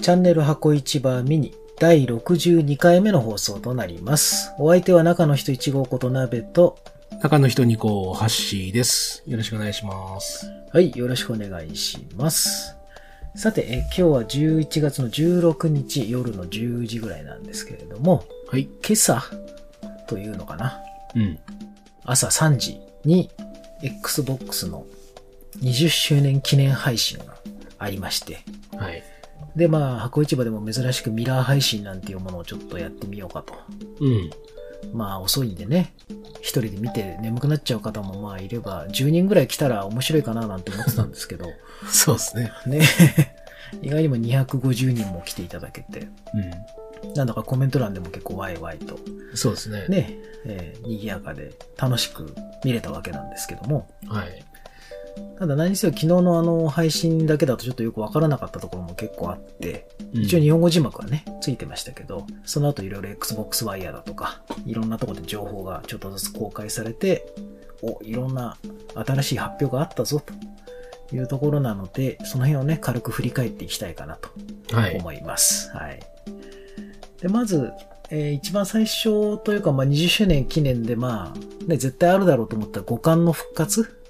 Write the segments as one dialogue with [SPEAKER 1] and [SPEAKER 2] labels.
[SPEAKER 1] チャンネル箱市場ミニ第62回目の放送となります。お相手は中の人1号こと鍋と、
[SPEAKER 2] 中の人にこう、ハッシーです。よろしくお願いします。
[SPEAKER 1] はい、よろしくお願いします。さて、え今日は11月の16日夜の10時ぐらいなんですけれども、
[SPEAKER 2] はい。
[SPEAKER 1] 今朝というのかな
[SPEAKER 2] うん。
[SPEAKER 1] 朝3時に Xbox の20周年記念配信がありまして、
[SPEAKER 2] はい。
[SPEAKER 1] で、まあ、箱市場でも珍しくミラー配信なんていうものをちょっとやってみようかと。
[SPEAKER 2] うん。
[SPEAKER 1] まあ、遅いんでね、一人で見て眠くなっちゃう方もまあいれば、10人ぐらい来たら面白いかななんて思ってたんですけど、
[SPEAKER 2] そうですね。
[SPEAKER 1] ね、意外にも250人も来ていただけて、なんだかコメント欄でも結構ワイワイと、
[SPEAKER 2] うん。そうですね。
[SPEAKER 1] ね、えー賑やかで楽しく見れたわけなんですけども、
[SPEAKER 2] はい。
[SPEAKER 1] ただ何せよ昨日のあの配信だけだとちょっとよくわからなかったところも結構あって、一応日
[SPEAKER 2] 応。
[SPEAKER 1] 本語字幕はね、ついてましたけど、その後いろいろ Xbox ワイヤーだとか、いろんなところで情報がちょっとずつ公開されて、お、いろんな新しい発表があったぞというところなので、その辺をね、軽く振り返っていきたいかなと
[SPEAKER 2] はい。
[SPEAKER 1] 思います。はい。で、まず、えー一番最初というか、まあ、20周年記念で、まあ、ね、絶対あるだろうと思った五感の復活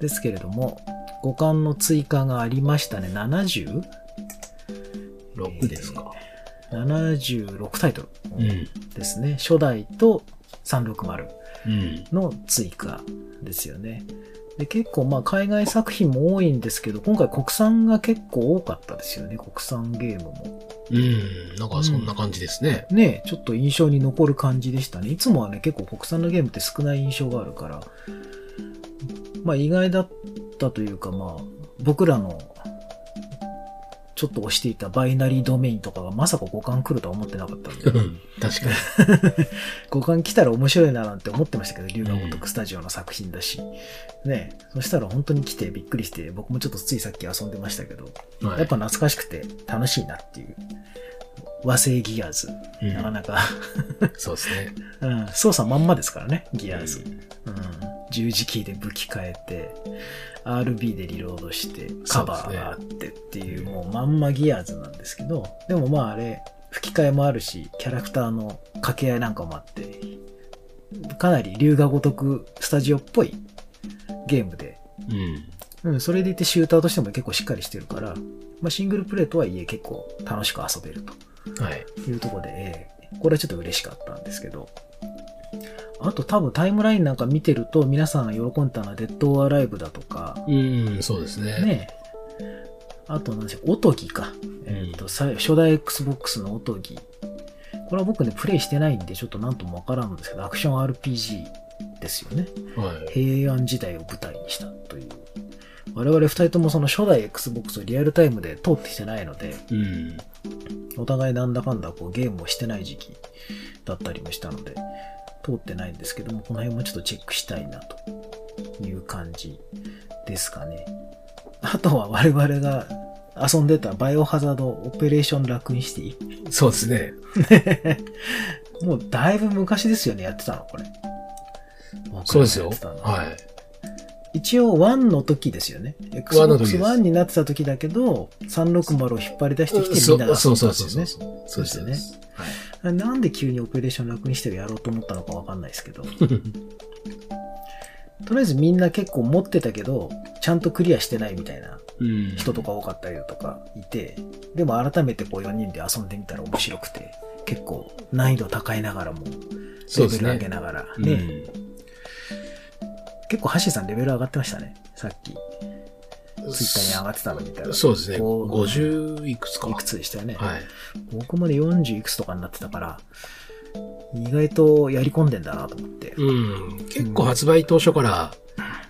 [SPEAKER 1] ですけれども、五感の追加がありましたね。70?
[SPEAKER 2] 6ですか。
[SPEAKER 1] 76タイト
[SPEAKER 2] う
[SPEAKER 1] ル
[SPEAKER 2] ん。
[SPEAKER 1] ですね。初代と360
[SPEAKER 2] うん。
[SPEAKER 1] の追加ですよね。で結構まあ海外作品も多いんですけど、今回国産が結構多かったですよね。国産ゲームも。
[SPEAKER 2] うん。なんかそんな感じですね。
[SPEAKER 1] ね、ちょっと印象に残る感じでしたね。いつもはね、結構国産のゲームって少ない印象があるから、まあ意外だったというか、まあ、僕らの、ちょっと押していたバイナリードメインとかがまさか五感来るとは思ってなかったん
[SPEAKER 2] う
[SPEAKER 1] で、
[SPEAKER 2] ん。確かに。
[SPEAKER 1] 五感来たら面白いななんて思ってましたけど、龍が如くスタジオの作品だし、ね、そしたら本当に来てびっくりして、僕もちょっとついさっき遊んでましたけど、
[SPEAKER 2] はい。
[SPEAKER 1] やっぱ懐かしくて楽しいなっていう、和製ギアーズ、
[SPEAKER 2] うん、
[SPEAKER 1] なかなか、
[SPEAKER 2] そうですね。
[SPEAKER 1] うん、操作まんまですからね、ギアーズ
[SPEAKER 2] う。ん
[SPEAKER 1] うん、十字キーで武器変えて、RB でリロードして、カ
[SPEAKER 2] そうで
[SPEAKER 1] バ
[SPEAKER 2] す
[SPEAKER 1] ー
[SPEAKER 2] ね
[SPEAKER 1] があってっていう、もうまんまギアーズなんですけど、でもまああれ、吹き替えもあるし、キャラクターの掛け合いなんかもあって、かなり龍が如くスタジオっぽいゲームで、
[SPEAKER 2] うん。
[SPEAKER 1] うん、それでいてシューターとしても結構しっかりしてるから、まあ、シングルプレイとはいえ結構楽しく遊べると。
[SPEAKER 2] はい。
[SPEAKER 1] いうところで、えーこれはちょっと嬉しかったんですけど。あと多分タイムラインなんか見てると皆さん喜んだのはデッド・オア・ライブだとか、
[SPEAKER 2] うん、そうですね。
[SPEAKER 1] ね。あと何でしょう、おとぎか。えっ、と、さ初代 Xbox のおとぎ。これは僕ね、プレイしてないんでちょっと何ともわからんんですけど、アクション RPG ですよね。
[SPEAKER 2] はい。
[SPEAKER 1] 平安時代を舞台にしたという。我々二人ともその初代 Xbox をリアルタイムで通ってきてないので、
[SPEAKER 2] うん。
[SPEAKER 1] お互いなんだかんだこうゲームをしてない時期だったりもしたので、通ってないんですけども、この辺もちょっとチェックしたいなという感じですかね。あとは我々が遊んでたバイオハザードオペレーションラクーンシテ
[SPEAKER 2] そうですね。
[SPEAKER 1] ィ。 もうだいぶ昔ですよね、やってたの、これ。
[SPEAKER 2] そうですよ。
[SPEAKER 1] 僕らがやってたの
[SPEAKER 2] はい。
[SPEAKER 1] 一応1の時ですよね。
[SPEAKER 2] 1の時です
[SPEAKER 1] Xbox1 になってた時だけど、360を引っ張り出してきてみ
[SPEAKER 2] そうん
[SPEAKER 1] なが遊
[SPEAKER 2] そ
[SPEAKER 1] ん
[SPEAKER 2] う
[SPEAKER 1] でた
[SPEAKER 2] そ
[SPEAKER 1] んです
[SPEAKER 2] うそう
[SPEAKER 1] よ
[SPEAKER 2] そ
[SPEAKER 1] ね
[SPEAKER 2] う。。そうですよね。はい。
[SPEAKER 1] なんで急にオペレーション楽にしてるやろうと思ったのかわかんないですけど、 とりあえずみんな結構持ってたけど、ちゃんとクリアしてないみたいな
[SPEAKER 2] うん
[SPEAKER 1] 人とか多かったりだとかいて、でも改めてこう4人で遊んでみたら面白くて、結構難易度高いながらも、
[SPEAKER 2] そ
[SPEAKER 1] レ
[SPEAKER 2] うで
[SPEAKER 1] ベ
[SPEAKER 2] す
[SPEAKER 1] ル上げ
[SPEAKER 2] ね。
[SPEAKER 1] ながら、
[SPEAKER 2] う
[SPEAKER 1] ね
[SPEAKER 2] ん
[SPEAKER 1] 結構ハッシーさんレベル上がってましたね、さっき、ツイッターに上がってたの見たら。
[SPEAKER 2] そうですね。
[SPEAKER 1] こう
[SPEAKER 2] 50いくつか。
[SPEAKER 1] いくつでしたよね。
[SPEAKER 2] はい。
[SPEAKER 1] 僕もね40いくつとかになってたから、意外とやり込んでんだなと思って。
[SPEAKER 2] うん。結構発売当初から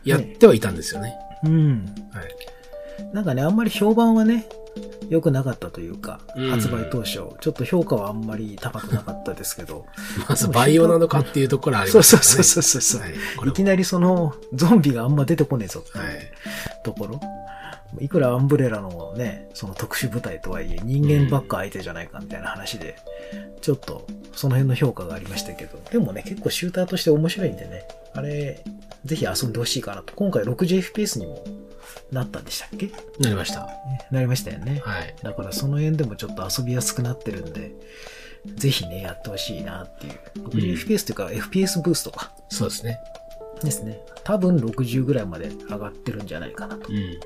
[SPEAKER 2] やってはいたんですよね。
[SPEAKER 1] うん。
[SPEAKER 2] はい。
[SPEAKER 1] なんかね、あんまり評判はね、良くなかったというか、
[SPEAKER 2] うん
[SPEAKER 1] 発売当初、ちょっと評価はあんまり高くなかったですけど、
[SPEAKER 2] まずバイオなのかっていうところあり
[SPEAKER 1] そう
[SPEAKER 2] ます
[SPEAKER 1] そ
[SPEAKER 2] か
[SPEAKER 1] う
[SPEAKER 2] ら
[SPEAKER 1] そう
[SPEAKER 2] ね。
[SPEAKER 1] そうそう、
[SPEAKER 2] はい。こ
[SPEAKER 1] い、き
[SPEAKER 2] れ
[SPEAKER 1] なりその、ゾンビがあんま出てこねえぞって
[SPEAKER 2] は
[SPEAKER 1] いう
[SPEAKER 2] い。
[SPEAKER 1] ところ。いくらアンブレラのね、その特殊部隊とはいえ人間ばっか相手じゃないかみたいな話で、ちょっとその辺の評価がありましたけど、でもね、結構シューターとして面白いんでね、あれ、ぜひ遊んでほしいかなと。今回 60fps にもなったんでしたっけ
[SPEAKER 2] なりました。
[SPEAKER 1] なりましたよね。
[SPEAKER 2] はい。
[SPEAKER 1] だからその辺でもちょっと遊びやすくなってるんで、ぜひね、やってほしいなっていう。60fps というか、FPS ブーストか。
[SPEAKER 2] そうですね。
[SPEAKER 1] ですね。多分60ぐらいまで上がってるんじゃないかなと、
[SPEAKER 2] うん。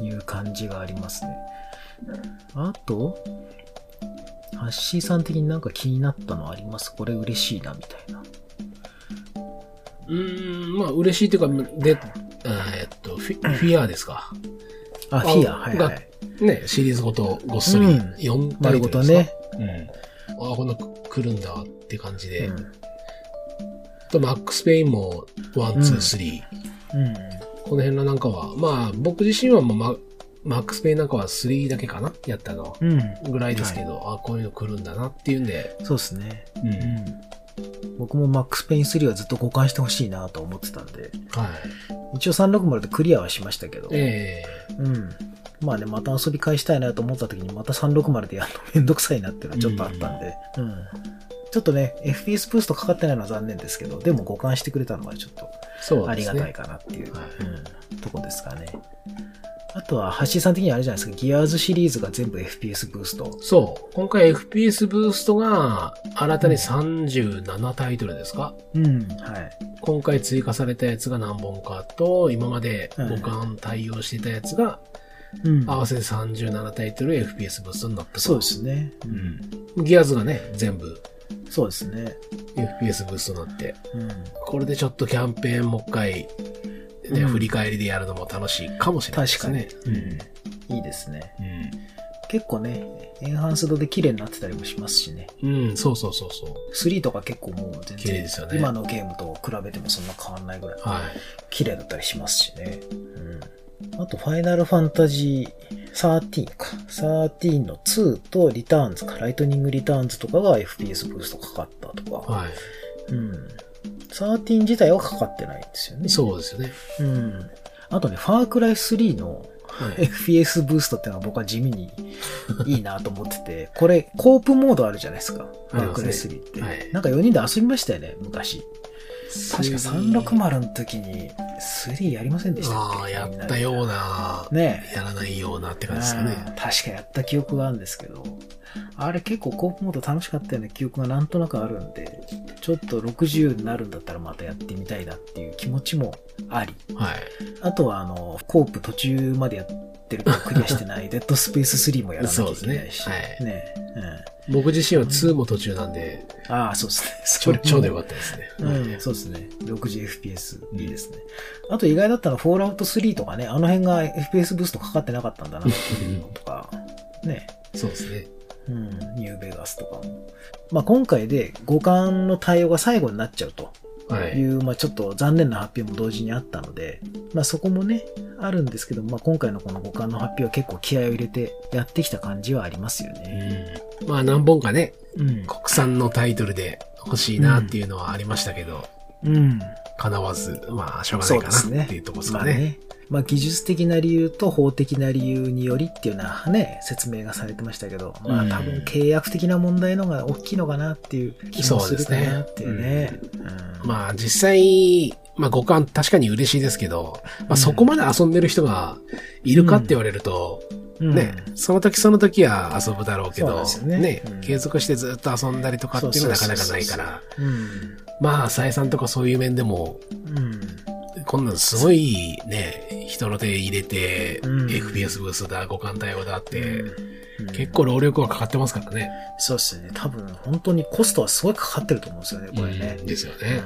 [SPEAKER 1] うん、いう感じがありますね。あと、ハッシーさん的になんか気になったのありますこれ嬉しいな、みたいな。
[SPEAKER 2] うーん、まあ、嬉しいというか、で、あえっと、フィフィアーですか。
[SPEAKER 1] あ、
[SPEAKER 2] あ
[SPEAKER 1] フィア、はいは
[SPEAKER 2] が
[SPEAKER 1] い。
[SPEAKER 2] ね、シリーズごとごっそり
[SPEAKER 1] うん
[SPEAKER 2] 4タ
[SPEAKER 1] 丸
[SPEAKER 2] イ
[SPEAKER 1] ご
[SPEAKER 2] トル
[SPEAKER 1] と
[SPEAKER 2] ですか
[SPEAKER 1] ね。。
[SPEAKER 2] うん。ああ、こんな来るんだって感じで。
[SPEAKER 1] うん
[SPEAKER 2] と、マックス・ペインも、ワン、ツー、スリー。
[SPEAKER 1] うん。
[SPEAKER 2] この辺のなんかは、まあ、僕自身はもうマ、マックス・ペインなんかは3だけかなやったのは。
[SPEAKER 1] うん。
[SPEAKER 2] ぐらいですけど、あこういうの来るんだなっていうんで、
[SPEAKER 1] そうですね。
[SPEAKER 2] う。
[SPEAKER 1] うんん。僕もマックスペイン3はずっと互換してほしいなと思ってたんで、
[SPEAKER 2] はい。
[SPEAKER 1] 一応360でクリアはしましたけど、
[SPEAKER 2] え
[SPEAKER 1] うん。まあね、また遊び返したいなと思った時に、また360でやるのめんどくさいなっていうのはちょっとあったんで、うん。ちょっとね、FPS ブーストかかってないのは残念ですけど、でも互換してくれたのはちょっ
[SPEAKER 2] えそ
[SPEAKER 1] とあ
[SPEAKER 2] う
[SPEAKER 1] り
[SPEAKER 2] です
[SPEAKER 1] が
[SPEAKER 2] ね。
[SPEAKER 1] たいかなっていう、
[SPEAKER 2] はい
[SPEAKER 1] うん、とこですかね。あとは、橋井さん的にはあれじゃないですか、ギアーズシリーズが全部 FPS ブースト。
[SPEAKER 2] そう。今回 FPS ブーストが新たに37タイトルですか、
[SPEAKER 1] うん、はい。
[SPEAKER 2] 今回追加されたやつが何本かと、今まで互換対応してたやつが
[SPEAKER 1] うん
[SPEAKER 2] 合わせて37タイトル FPS ブーストになったと
[SPEAKER 1] そうで。すね。うん。
[SPEAKER 2] うん。ギアーズがね、全部
[SPEAKER 1] そうですね。
[SPEAKER 2] FPS ブーストになって、
[SPEAKER 1] うん。
[SPEAKER 2] これでちょっとキャンペーンもう一回、ね、
[SPEAKER 1] うん
[SPEAKER 2] 振り返りでやるのも楽しいかもしれないで
[SPEAKER 1] 確
[SPEAKER 2] す
[SPEAKER 1] かに
[SPEAKER 2] ね。。
[SPEAKER 1] うん。いいですね。
[SPEAKER 2] うん。うん
[SPEAKER 1] 結構ね、エンハンスドで綺麗になってたりもしますしね。
[SPEAKER 2] うん、そうそうそうそう。
[SPEAKER 1] 3とか結構もう全
[SPEAKER 2] 綺麗
[SPEAKER 1] 然、
[SPEAKER 2] ですよね。
[SPEAKER 1] 今のゲームと比べてもそんな変わんないぐらい
[SPEAKER 2] はい。
[SPEAKER 1] 綺麗だったりしますしね。うん。あと、ファイナルファンタジー13か。13の2とリターンズか、ライトニングリターンズとかが FPS ブーストかかったとか。
[SPEAKER 2] は
[SPEAKER 1] うん。13自体はかかってないんですよね
[SPEAKER 2] い。。そうですよね。
[SPEAKER 1] うん。あとね、ファークライ3の
[SPEAKER 2] はい
[SPEAKER 1] FPS ブーストっていうのは僕は地味にいいなと思ってて、 これ、コープモードあるじゃないですか。ファークライ3って。
[SPEAKER 2] はい
[SPEAKER 1] なんか4人で遊びましたよね、昔。確か
[SPEAKER 2] 万
[SPEAKER 1] 360の時に3やりませんでしたっけ
[SPEAKER 2] ああ、やった。ような、
[SPEAKER 1] みんなでね
[SPEAKER 2] やらないようなって
[SPEAKER 1] え。
[SPEAKER 2] 感じですか
[SPEAKER 1] うん
[SPEAKER 2] ね。
[SPEAKER 1] 確かやった記憶があるんですけど、あれ結構コープモード楽しかったような記憶がなんとなくあるんで、ちょっと60になるんだったらまたやってみたいなっていう気持ちもあり、
[SPEAKER 2] はい。
[SPEAKER 1] あとは、あの、コープ途中までやってるからクリアして ない、デッドスペース3もやらなきゃいけないし。
[SPEAKER 2] そうです
[SPEAKER 1] ね
[SPEAKER 2] 僕自身は2も途中なんで、
[SPEAKER 1] うん。ああ、そうですね。
[SPEAKER 2] ちょ、ちょうどよ
[SPEAKER 1] か
[SPEAKER 2] かったですね。
[SPEAKER 1] うん、そうですね。60fps、いいですね。あと意外だったのは、フォールアウト3とかね、あの辺が FPS ブーストかかってなかったんだな、とか、ね。
[SPEAKER 2] そうですね。
[SPEAKER 1] うん、ニューベガスとかも。まあ今回で互換の対応が最後になっちゃうと
[SPEAKER 2] はいい。
[SPEAKER 1] う、まあちょっと残念な発表も同時にあったので、まあそこもね、あるんですけど、まあ今回のこの五感の発表は結構気合を入れてやってきた感じはありますよね。
[SPEAKER 2] うんまあ何本かね、
[SPEAKER 1] うん。
[SPEAKER 2] 国産のタイトルで欲しいなっていうのはありましたけど、
[SPEAKER 1] うん。
[SPEAKER 2] 叶わず、まあしょうがないかなっていうとこです
[SPEAKER 1] ま
[SPEAKER 2] か
[SPEAKER 1] あ
[SPEAKER 2] ね。
[SPEAKER 1] ね。まあ技術的な理由と法的な理由によりっていうのはね、説明がされてましたけど、まあ多
[SPEAKER 2] うん
[SPEAKER 1] 分契約的な問題のが大きいのかなっていう気もするかなっていうね。うん
[SPEAKER 2] まあ実際、まあ五感確かに嬉しいですけど、まあそこまで遊んでる人がいるかって言われると、
[SPEAKER 1] うん
[SPEAKER 2] ね、その時その時は遊ぶだろうけ
[SPEAKER 1] そう
[SPEAKER 2] ど
[SPEAKER 1] なんです、よねうん
[SPEAKER 2] 継続してずっと遊んだりとかっていうのはなかなかないか
[SPEAKER 1] そう
[SPEAKER 2] ら、
[SPEAKER 1] うん。
[SPEAKER 2] まあ再三とかそういう面でも、
[SPEAKER 1] うん。
[SPEAKER 2] こんなのすごいね、人の手入れて、
[SPEAKER 1] うん
[SPEAKER 2] FPS ブースだ、互換対応だって、
[SPEAKER 1] うん
[SPEAKER 2] 結構労力はかかってますからね。
[SPEAKER 1] そうですよね。多分、本当にコストはすごいかかってると思うんですよね、これね
[SPEAKER 2] うん。ですよね。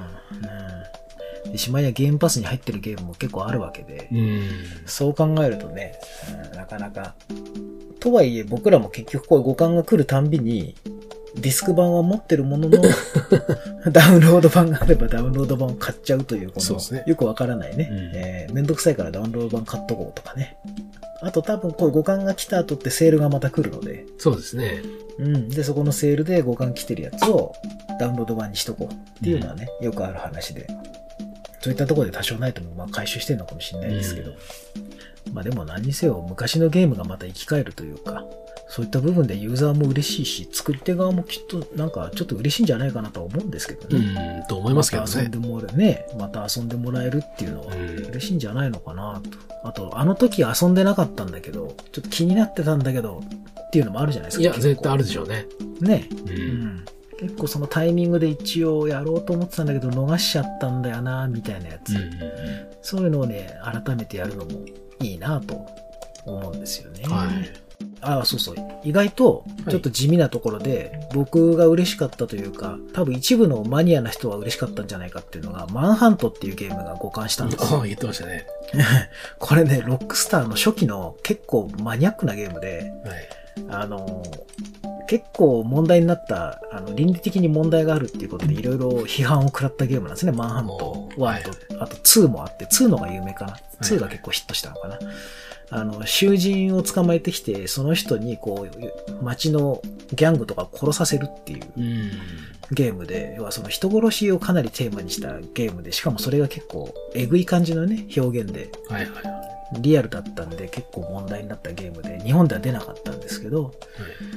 [SPEAKER 1] うん。でしまいやゲームパスに入ってるゲームも結構あるわけで、
[SPEAKER 2] うん。
[SPEAKER 1] そう考えるとね、うんなかなか。とはいえ、僕らも結局こういう五感が来るたんびに、ディスク版は持ってるものの、 ダウンロード版があればダウンロード版を買っちゃうという、こ
[SPEAKER 2] そうですね
[SPEAKER 1] の、よくわからないね、
[SPEAKER 2] うん
[SPEAKER 1] えーめんどくさいからダウンロード版買っとこうとかね。あと多分こういう五感が来た後ってセールがまた来るので、
[SPEAKER 2] そうですね。
[SPEAKER 1] うん、でそこのセールで互換来てるやつをダウンロード版にしとこうっていうのはね、よくある話でそういったところで多少ないともまあ回収してるのかもしれないですけど、まあでも何にせよ昔のゲームがまた生き返るというかそういった部分でユーザーも嬉しいし、作り手側もきっとなんかちょっと嬉しいんじゃないかなとは思うんですけど
[SPEAKER 2] う
[SPEAKER 1] ね。
[SPEAKER 2] ん、と思いますけど
[SPEAKER 1] また遊ん
[SPEAKER 2] ね
[SPEAKER 1] で。もらえね、また遊んでもらえるっていうのは
[SPEAKER 2] うん
[SPEAKER 1] 嬉しいんじゃないのかなと。あと、あの時遊んでなかったんだけど、ちょっと気になってたんだけどっていうのもあるじゃないですか。
[SPEAKER 2] いや、
[SPEAKER 1] 結構
[SPEAKER 2] 絶対あるでしょうね。
[SPEAKER 1] ね。
[SPEAKER 2] う。
[SPEAKER 1] うんん。結構そのタイミングで一応やろうと思ってたんだけど、逃しちゃったんだよな、みたいなやつ。そういうのをね、改めてやるのもいいなと思うんですよね。
[SPEAKER 2] はい。
[SPEAKER 1] ああ、そうそう。意外と、ちょっと地味なところで、僕が嬉しかったというか、多分一部のマニアな人は嬉しかったんじゃないかっていうのが、マンハントっていうゲームが互換したんです
[SPEAKER 2] あ
[SPEAKER 1] よ。
[SPEAKER 2] あ、言ってましたね。
[SPEAKER 1] これね、ロックスターの初期の結構マニアックなゲームで、
[SPEAKER 2] はい。
[SPEAKER 1] あの、結構問題になった、あの、倫理的に問題があるっていうことで、いろいろ批判を食らったゲームなんですね。マンハント
[SPEAKER 2] おー
[SPEAKER 1] 1と、あと2もあって、2のが有名かな。
[SPEAKER 2] い
[SPEAKER 1] 2が結構ヒットしたのかな。あの、囚人を捕まえてきて、その人に、こう、街のギャングとかを殺させるっていう
[SPEAKER 2] うん。
[SPEAKER 1] ゲームで、要はその人殺しをかなりテーマにしたゲームで、しかもそれが結構、えぐい感じのね、表現で、
[SPEAKER 2] はいはいは
[SPEAKER 1] リアルだったんで、結構問題になったゲームで、日本では出なかったんですけど、
[SPEAKER 2] い。はい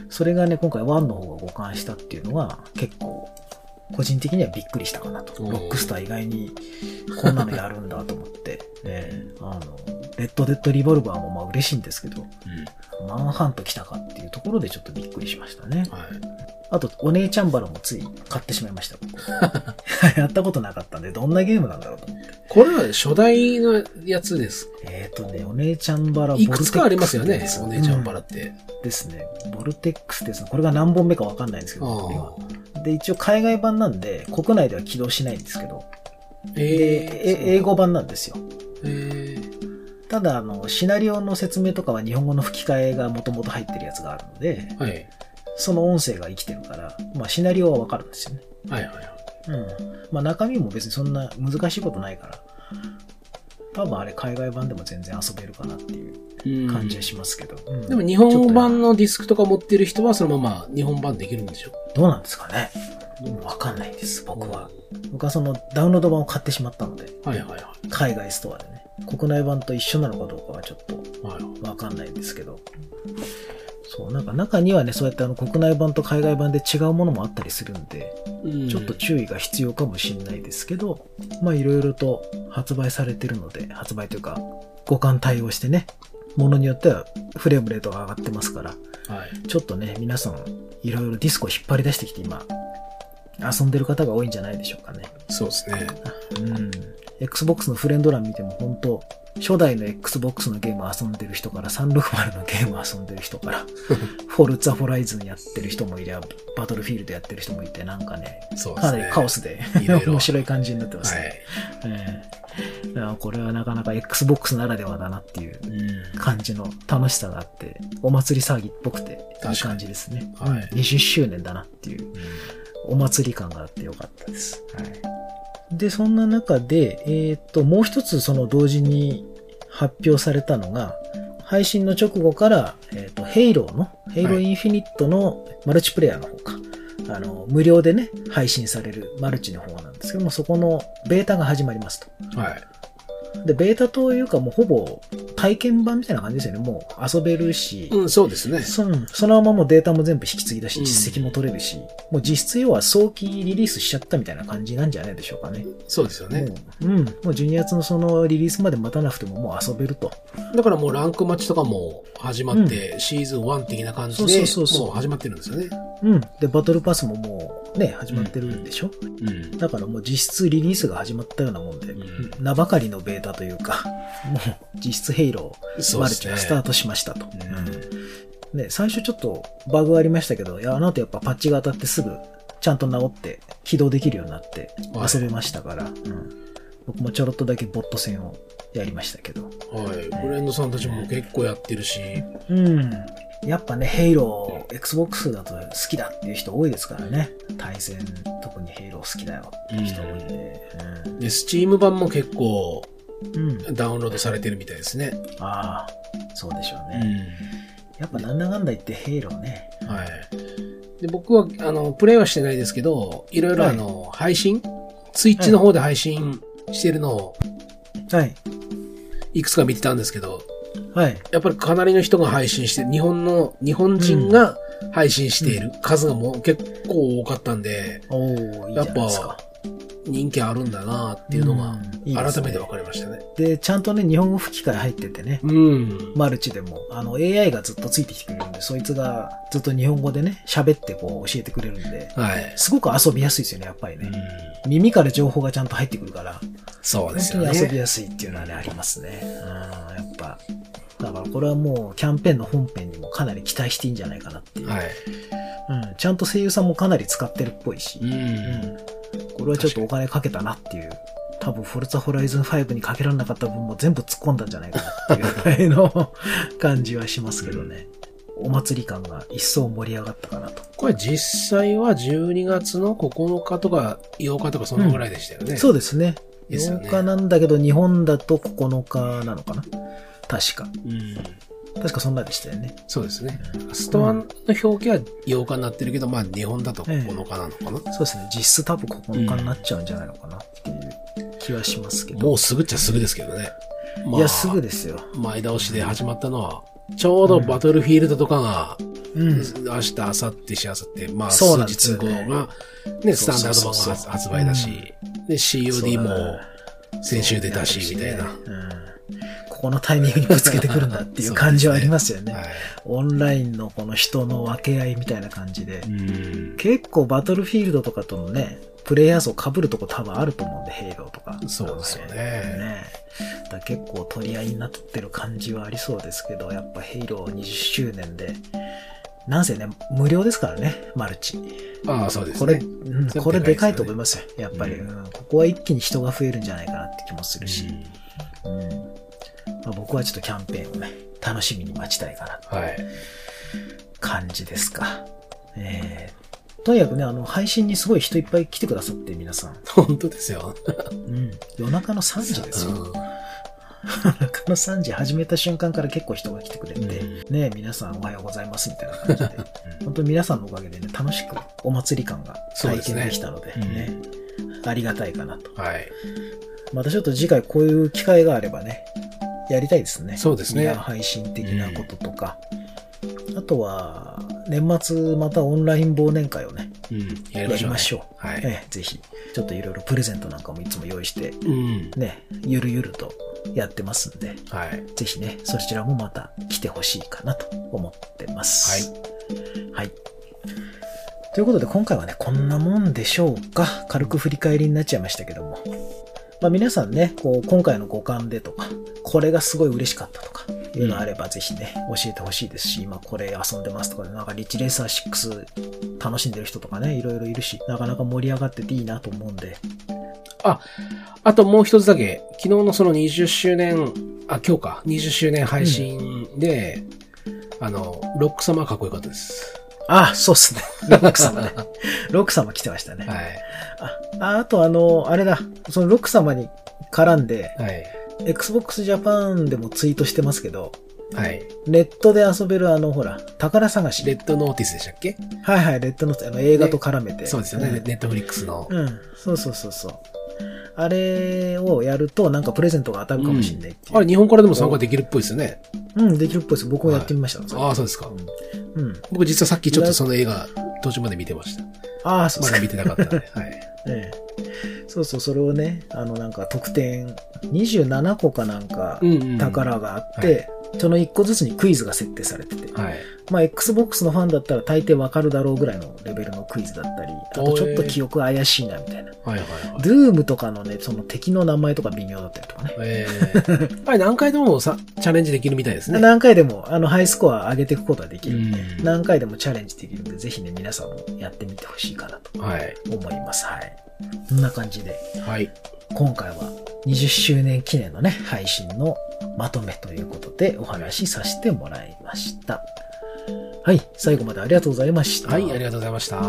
[SPEAKER 1] それがね、今回1の方が互換したっていうのは、結構、個人的にはびっくりしたかなと。
[SPEAKER 2] おー
[SPEAKER 1] ロックスター意外にこんなのやるんだと思って。 ええあの、レッドデッドリボルバーもまあ嬉しいんですけど、マンハント来たかっていうところでちょっとびっくりしましたね
[SPEAKER 2] うん。。はい。
[SPEAKER 1] あと、お姉ちゃんバラもつい買ってしまいました 僕。やったことなかったんで、どんなゲームなんだろうと思って。
[SPEAKER 2] これは初代のやつです。
[SPEAKER 1] えっ、とね、お姉ちゃんバラ
[SPEAKER 2] いくつかありますよ
[SPEAKER 1] ボル
[SPEAKER 2] ね
[SPEAKER 1] テック、ス
[SPEAKER 2] お
[SPEAKER 1] って
[SPEAKER 2] 姉
[SPEAKER 1] やつ
[SPEAKER 2] ちゃんバラって。
[SPEAKER 1] うんですね。ボルテックスですね。これが何本目かわかんないんですけ
[SPEAKER 2] あ
[SPEAKER 1] ど、今
[SPEAKER 2] あ。
[SPEAKER 1] で、一応海外版なんで、国内では起動しないんですけど、で
[SPEAKER 2] え
[SPEAKER 1] え英語版なんですよ。
[SPEAKER 2] えー。
[SPEAKER 1] ただ、あの、シナリオの説明とかは日本語の吹き替えがもともと入ってるやつがあるので、
[SPEAKER 2] はい。
[SPEAKER 1] その音声が生きてるから、まあ、シナリオはわかるんですよね。
[SPEAKER 2] はいはいはい。
[SPEAKER 1] うん。まあ、中身も別にそんな難しいことないから、多分あれ海外版でも全然遊べるかなっていう感じはしますけど。うん
[SPEAKER 2] でも日本版のディスクとか持ってる人はそのまま日本版できるんでしょ
[SPEAKER 1] どうなんですかねわかんないです、僕は。僕はそのダウンロード版を買ってしまったので。
[SPEAKER 2] はいはいは
[SPEAKER 1] 海外ストアでね国内版と一緒なのかどうかはちょっと
[SPEAKER 2] い。はい、
[SPEAKER 1] わかんないんですけどそうなんか中にはねそうやってあの国内版と海外版で違うものもあったりするんで
[SPEAKER 2] うん
[SPEAKER 1] ちょっと注意が必要かもしれないですけど、まあいろいろと発売されてるので発売というか互換対応してねものによってはフレームレートが上がってますから
[SPEAKER 2] はい。
[SPEAKER 1] ちょっとね皆さんいろいろディスコを引っ張り出してきて今遊んでる方が多いんじゃないでしょうかね
[SPEAKER 2] そうですね。
[SPEAKER 1] うん、Xbox のフレンド欄見ても本当初代の Xbox のゲーム遊んでる人から、360のゲーム遊んでる人から、フォルツァホライズンやってる人もいりゃ、バトルフィールドやってる人もいて、なんかね、
[SPEAKER 2] そうで
[SPEAKER 1] か
[SPEAKER 2] す
[SPEAKER 1] な
[SPEAKER 2] ね。
[SPEAKER 1] りカオスで、
[SPEAKER 2] いろいろ
[SPEAKER 1] 面白い感じになってます
[SPEAKER 2] は
[SPEAKER 1] ね。
[SPEAKER 2] い。
[SPEAKER 1] ええだからこれはなかなか Xbox ならではだなっていう
[SPEAKER 2] うん
[SPEAKER 1] 感じの楽しさがあって、お祭り騒ぎっぽくて、いい
[SPEAKER 2] 確か
[SPEAKER 1] 感
[SPEAKER 2] に
[SPEAKER 1] じですね。
[SPEAKER 2] はい。
[SPEAKER 1] 20周年だなっていうお祭り感があってよかったです。で、そんな中で、えーっと、もう一つその同時に発表されたのが、配信の直後から、えーっと、ヘイローの、ヘイローインフィニットのマルチプレイヤーの方か、あの、無料でね、配信されるマルチの方なんですけども、そこのベータが始まりますと。
[SPEAKER 2] はい。
[SPEAKER 1] で、ベータというかもうほぼ体験版みたいな感じですよね。もう遊べるし、
[SPEAKER 2] うん、そうですね。
[SPEAKER 1] そうんそのままもうデータも全部引き継ぎだ
[SPEAKER 2] う
[SPEAKER 1] し、
[SPEAKER 2] ん
[SPEAKER 1] 実績も取れるし、もう実質要は早期リリースしちゃったみたいな感じなんじゃないでしょうかね。
[SPEAKER 2] そうですよね。
[SPEAKER 1] もう、うん、もう12月のそのリリースまで待たなくてももう遊べると。
[SPEAKER 2] だからもうランクマッチとかも始まって、シーズン1的な感じで、
[SPEAKER 1] そうそうそうそう
[SPEAKER 2] もう始まってるんですよね。
[SPEAKER 1] うん。で、バトルパスももうね、始まってるんでしょ、
[SPEAKER 2] うん。
[SPEAKER 1] だからもう実質リリースが始まったようなもんで、
[SPEAKER 2] うん
[SPEAKER 1] 名ばかりのベータというか、もう実質ヘイロー、
[SPEAKER 2] そう
[SPEAKER 1] マ
[SPEAKER 2] で
[SPEAKER 1] ル
[SPEAKER 2] す
[SPEAKER 1] チ
[SPEAKER 2] ね。
[SPEAKER 1] がスタートしましたと。
[SPEAKER 2] うん
[SPEAKER 1] ね、最初ちょっとバグありましたけど、いや、あの後やっぱパッチが当たってすぐ、ちゃんと治って、起動できるようになって、
[SPEAKER 2] はい
[SPEAKER 1] 遊べましたから、うん僕もちょろっとだけボット戦をやりましたけど。
[SPEAKER 2] はい。ブレンドさんたちも結構やってるし、
[SPEAKER 1] うん。やっぱね、ヘイロー、Xbox だと好きだっていう人多いですからね。対戦、特にヘイロー好きだよっていう人多いんで。
[SPEAKER 2] で、スチーム版も結構
[SPEAKER 1] うん。うん
[SPEAKER 2] ダウンロードされてるみたいですね。
[SPEAKER 1] ああ、そうでしょうね。やっぱなんだかんだ言ってヘイローね。
[SPEAKER 2] はい。で、僕は、あの、プレイはしてないですけど、いろいろ
[SPEAKER 1] はい
[SPEAKER 2] あの、配信ツイッチの方で配信してるのを
[SPEAKER 1] はい。
[SPEAKER 2] いくつか見てたんですけど、
[SPEAKER 1] はい。
[SPEAKER 2] やっぱりかなりの人が配信して、日本の、日本人が配信している数がもう結構多かったんで、
[SPEAKER 1] おー、いいじ
[SPEAKER 2] や
[SPEAKER 1] ゃ
[SPEAKER 2] っ
[SPEAKER 1] ない
[SPEAKER 2] ぱ
[SPEAKER 1] ですか。
[SPEAKER 2] 人気あるんだなっていうのが
[SPEAKER 1] うん、
[SPEAKER 2] 改めて分
[SPEAKER 1] か
[SPEAKER 2] かりましたね。
[SPEAKER 1] る。で、ちゃんとね、日本語吹き替え入っててね。
[SPEAKER 2] うん。
[SPEAKER 1] マルチでも、あの、AI がずっとついてきてくれるんで、そいつがずっと日本語でね、喋ってこう教えてくれるんで、
[SPEAKER 2] はい。
[SPEAKER 1] すごく遊びやすいですよね、やっぱり
[SPEAKER 2] う
[SPEAKER 1] ね
[SPEAKER 2] ん。
[SPEAKER 1] 耳から情報がちゃんと入ってくるから、
[SPEAKER 2] そうで
[SPEAKER 1] 本
[SPEAKER 2] す
[SPEAKER 1] 当
[SPEAKER 2] よ
[SPEAKER 1] に遊び
[SPEAKER 2] ね。
[SPEAKER 1] やすいっていうのはね、ありますね。うん、やっぱ。だからこれはもう、キャンペーンの本編にもかなり期待していいんじゃないかなっていう。
[SPEAKER 2] はい。
[SPEAKER 1] うん、ちゃんと声優さんもかなり使ってるっぽいし、
[SPEAKER 2] う
[SPEAKER 1] うん
[SPEAKER 2] ん。、
[SPEAKER 1] これはちょっとお金かけたなっていう。多分、フォルツァホライズン5にかけられなかった分も全部突っ込んだんじゃないかなっていうぐらい の感じはしますけどね。お祭り感が一層盛り上がったかなと。
[SPEAKER 2] これ実際は12月の9日とか8日とかそのぐらいでしたよね。
[SPEAKER 1] そうですね。
[SPEAKER 2] ですよ
[SPEAKER 1] 8
[SPEAKER 2] ね
[SPEAKER 1] 日なんだけど、日本だと9日なのかな確か。
[SPEAKER 2] うん。
[SPEAKER 1] 確かそんなでしたよね。
[SPEAKER 2] そうですね。ストアの表記は8日になってるけど、まあ日本だと9日なのかな。
[SPEAKER 1] そうですね。実質多分9日になっちゃうんじゃないのかなっていう気はしますけど。
[SPEAKER 2] もうすぐっちゃすぐですけどね。まあ
[SPEAKER 1] いや、すぐですよ。
[SPEAKER 2] 前倒しで始まったのは、ちょうどバトルフィールドとかが、
[SPEAKER 1] うん。
[SPEAKER 2] 明日、明後日、しあさって、まあ、数
[SPEAKER 1] そうなんです
[SPEAKER 2] 日
[SPEAKER 1] よ
[SPEAKER 2] 後
[SPEAKER 1] ね
[SPEAKER 2] が、ね、ス
[SPEAKER 1] そう
[SPEAKER 2] タ
[SPEAKER 1] そう
[SPEAKER 2] ンダード
[SPEAKER 1] そう
[SPEAKER 2] 版
[SPEAKER 1] そう
[SPEAKER 2] が発発売だし、で、COD も先週出たし、みたい
[SPEAKER 1] う
[SPEAKER 2] な。は
[SPEAKER 1] んここのタイミングにぶつけてくるんだっていう感じはありますよね。オンラインのこの人の分け合いみたいな感じで
[SPEAKER 2] い。う、ん。
[SPEAKER 1] 結構バトルフィールドとかとのね、プレイヤー層被るとこ多分あると思うんで、ヘイローとか。
[SPEAKER 2] そうですよね
[SPEAKER 1] ねだから結構取り合いになってる感じはありそうですけど、やっぱヘイロー20周年で、なんせね、無料ですからね、マルチ。
[SPEAKER 2] ああ、そうです
[SPEAKER 1] これ、
[SPEAKER 2] ね。
[SPEAKER 1] うん、
[SPEAKER 2] それ
[SPEAKER 1] これ
[SPEAKER 2] でかいです
[SPEAKER 1] でかいと
[SPEAKER 2] よね
[SPEAKER 1] 思いますよ、やっぱり、
[SPEAKER 2] うん
[SPEAKER 1] うんここは一気に人が増えるんじゃないかなって気もするし。
[SPEAKER 2] うん
[SPEAKER 1] うんまあ、僕はちょっとキャンペーンをね、楽しみに待ちたいかなと
[SPEAKER 2] はい。
[SPEAKER 1] 感じですか。えー、とにかくね、あの、配信にすごい人いっぱい来てくださって、皆さん。
[SPEAKER 2] 本当ですよ。
[SPEAKER 1] うん。夜中の3時ですよ。
[SPEAKER 2] う
[SPEAKER 1] 夜中の3時始めた瞬間から結構人が来てくれて、
[SPEAKER 2] う
[SPEAKER 1] ね、皆さんおはようございますみたいな感じで、うん 本当に皆さんのおかげでね、楽しくお祭り感が体験できたので、
[SPEAKER 2] そうですね
[SPEAKER 1] ね、ありがたいかなと。
[SPEAKER 2] んはい。
[SPEAKER 1] またちょっと次回こういう機会があればね、やりたいですね。
[SPEAKER 2] そうですね
[SPEAKER 1] いや配信的なこととか。あとは、年末またオンライン忘年会をね、
[SPEAKER 2] うん。や
[SPEAKER 1] やりまし
[SPEAKER 2] ょ
[SPEAKER 1] ょう。
[SPEAKER 2] う。はい。
[SPEAKER 1] ええ、ぜひ、ちょっといろいろプレゼントなんかもいつも用意して、
[SPEAKER 2] うん。
[SPEAKER 1] ね、ゆるゆるとやってますんで、
[SPEAKER 2] はい。
[SPEAKER 1] ぜひね、そちらもまた来てほしいかなと思ってます。はい。はい。ということで、今回はね、こんなもんでしょうか。軽く振り返りになっちゃいましたけども。まあ皆さんね、こう、今回の五感でとか、これがすごい嬉しかったとか、いうのあれば、ぜひね、教えてほしいですし、今これ遊んでますとか、なんかリッチレーサー6楽しんでる人とかね、いろいろいるし、なかなか盛り上がってていいなと思うんで、
[SPEAKER 2] あともう一つだけ、昨日のその20周年、あ、今日か、20周年配信で、あの、ロック様はかっこよかったです。
[SPEAKER 1] あ、そうっすね。ロック様 ね。ロック様来てましたね。
[SPEAKER 2] はい。
[SPEAKER 1] あ、ああとあの、あれだ、そのロック様に絡んで、
[SPEAKER 2] はい。
[SPEAKER 1] Xbox Japan でもツイートしてますけど、
[SPEAKER 2] はい。
[SPEAKER 1] ネットで遊べるあの、ほら、宝探
[SPEAKER 2] レ
[SPEAKER 1] し。
[SPEAKER 2] ッドノーティスでしたっけ
[SPEAKER 1] はいはい、レッドのあの映画と絡めて。
[SPEAKER 2] そうですよね。
[SPEAKER 1] ん
[SPEAKER 2] ネットフリックスの。
[SPEAKER 1] うん、そうそうそうそう。あれをやると、なんかプレゼントが当たるかもしれないっていう。
[SPEAKER 2] あれ、日本からでも参加できるっぽいですよね。
[SPEAKER 1] うん、できるっぽいです。僕もやってみました。
[SPEAKER 2] ああ、そうですか。
[SPEAKER 1] うん。うん。
[SPEAKER 2] 僕実はさっきちょっとその映画、途中まで見てました。
[SPEAKER 1] ああ、そう
[SPEAKER 2] ま
[SPEAKER 1] そう
[SPEAKER 2] だ見てなかったんで。はい。
[SPEAKER 1] ええそうそう、それをね、あの、なんか特典、27個かなんか、
[SPEAKER 2] うんうん。
[SPEAKER 1] 宝があって、その1個ずつにクイズが設定されてて、
[SPEAKER 2] はい。
[SPEAKER 1] まあ、Xbox のファンだったら大抵わかるだろうぐらいのレベルのクイズだったり、あとちょっと記憶怪しいなみたいな。
[SPEAKER 2] はいはいはい。
[SPEAKER 1] ドゥームとかのね、その敵の名前とか微妙だったりとかね。
[SPEAKER 2] えー、あれ何回でもさチャレンジできるみたいですね。
[SPEAKER 1] 何回でも、あの、ハイスコア上げていくことはできるんで、
[SPEAKER 2] うん
[SPEAKER 1] 何回でもチャレンジできるんで、ぜひね、皆さんもやってみてほしいかなと
[SPEAKER 2] はい。
[SPEAKER 1] 思います。はい。こんな感じで、
[SPEAKER 2] はい。
[SPEAKER 1] 今回は20周年記念のね、配信のまとめということでお話しさせてもらいました。はい、最後までありがとうございました。
[SPEAKER 2] はい、ありがとうございました。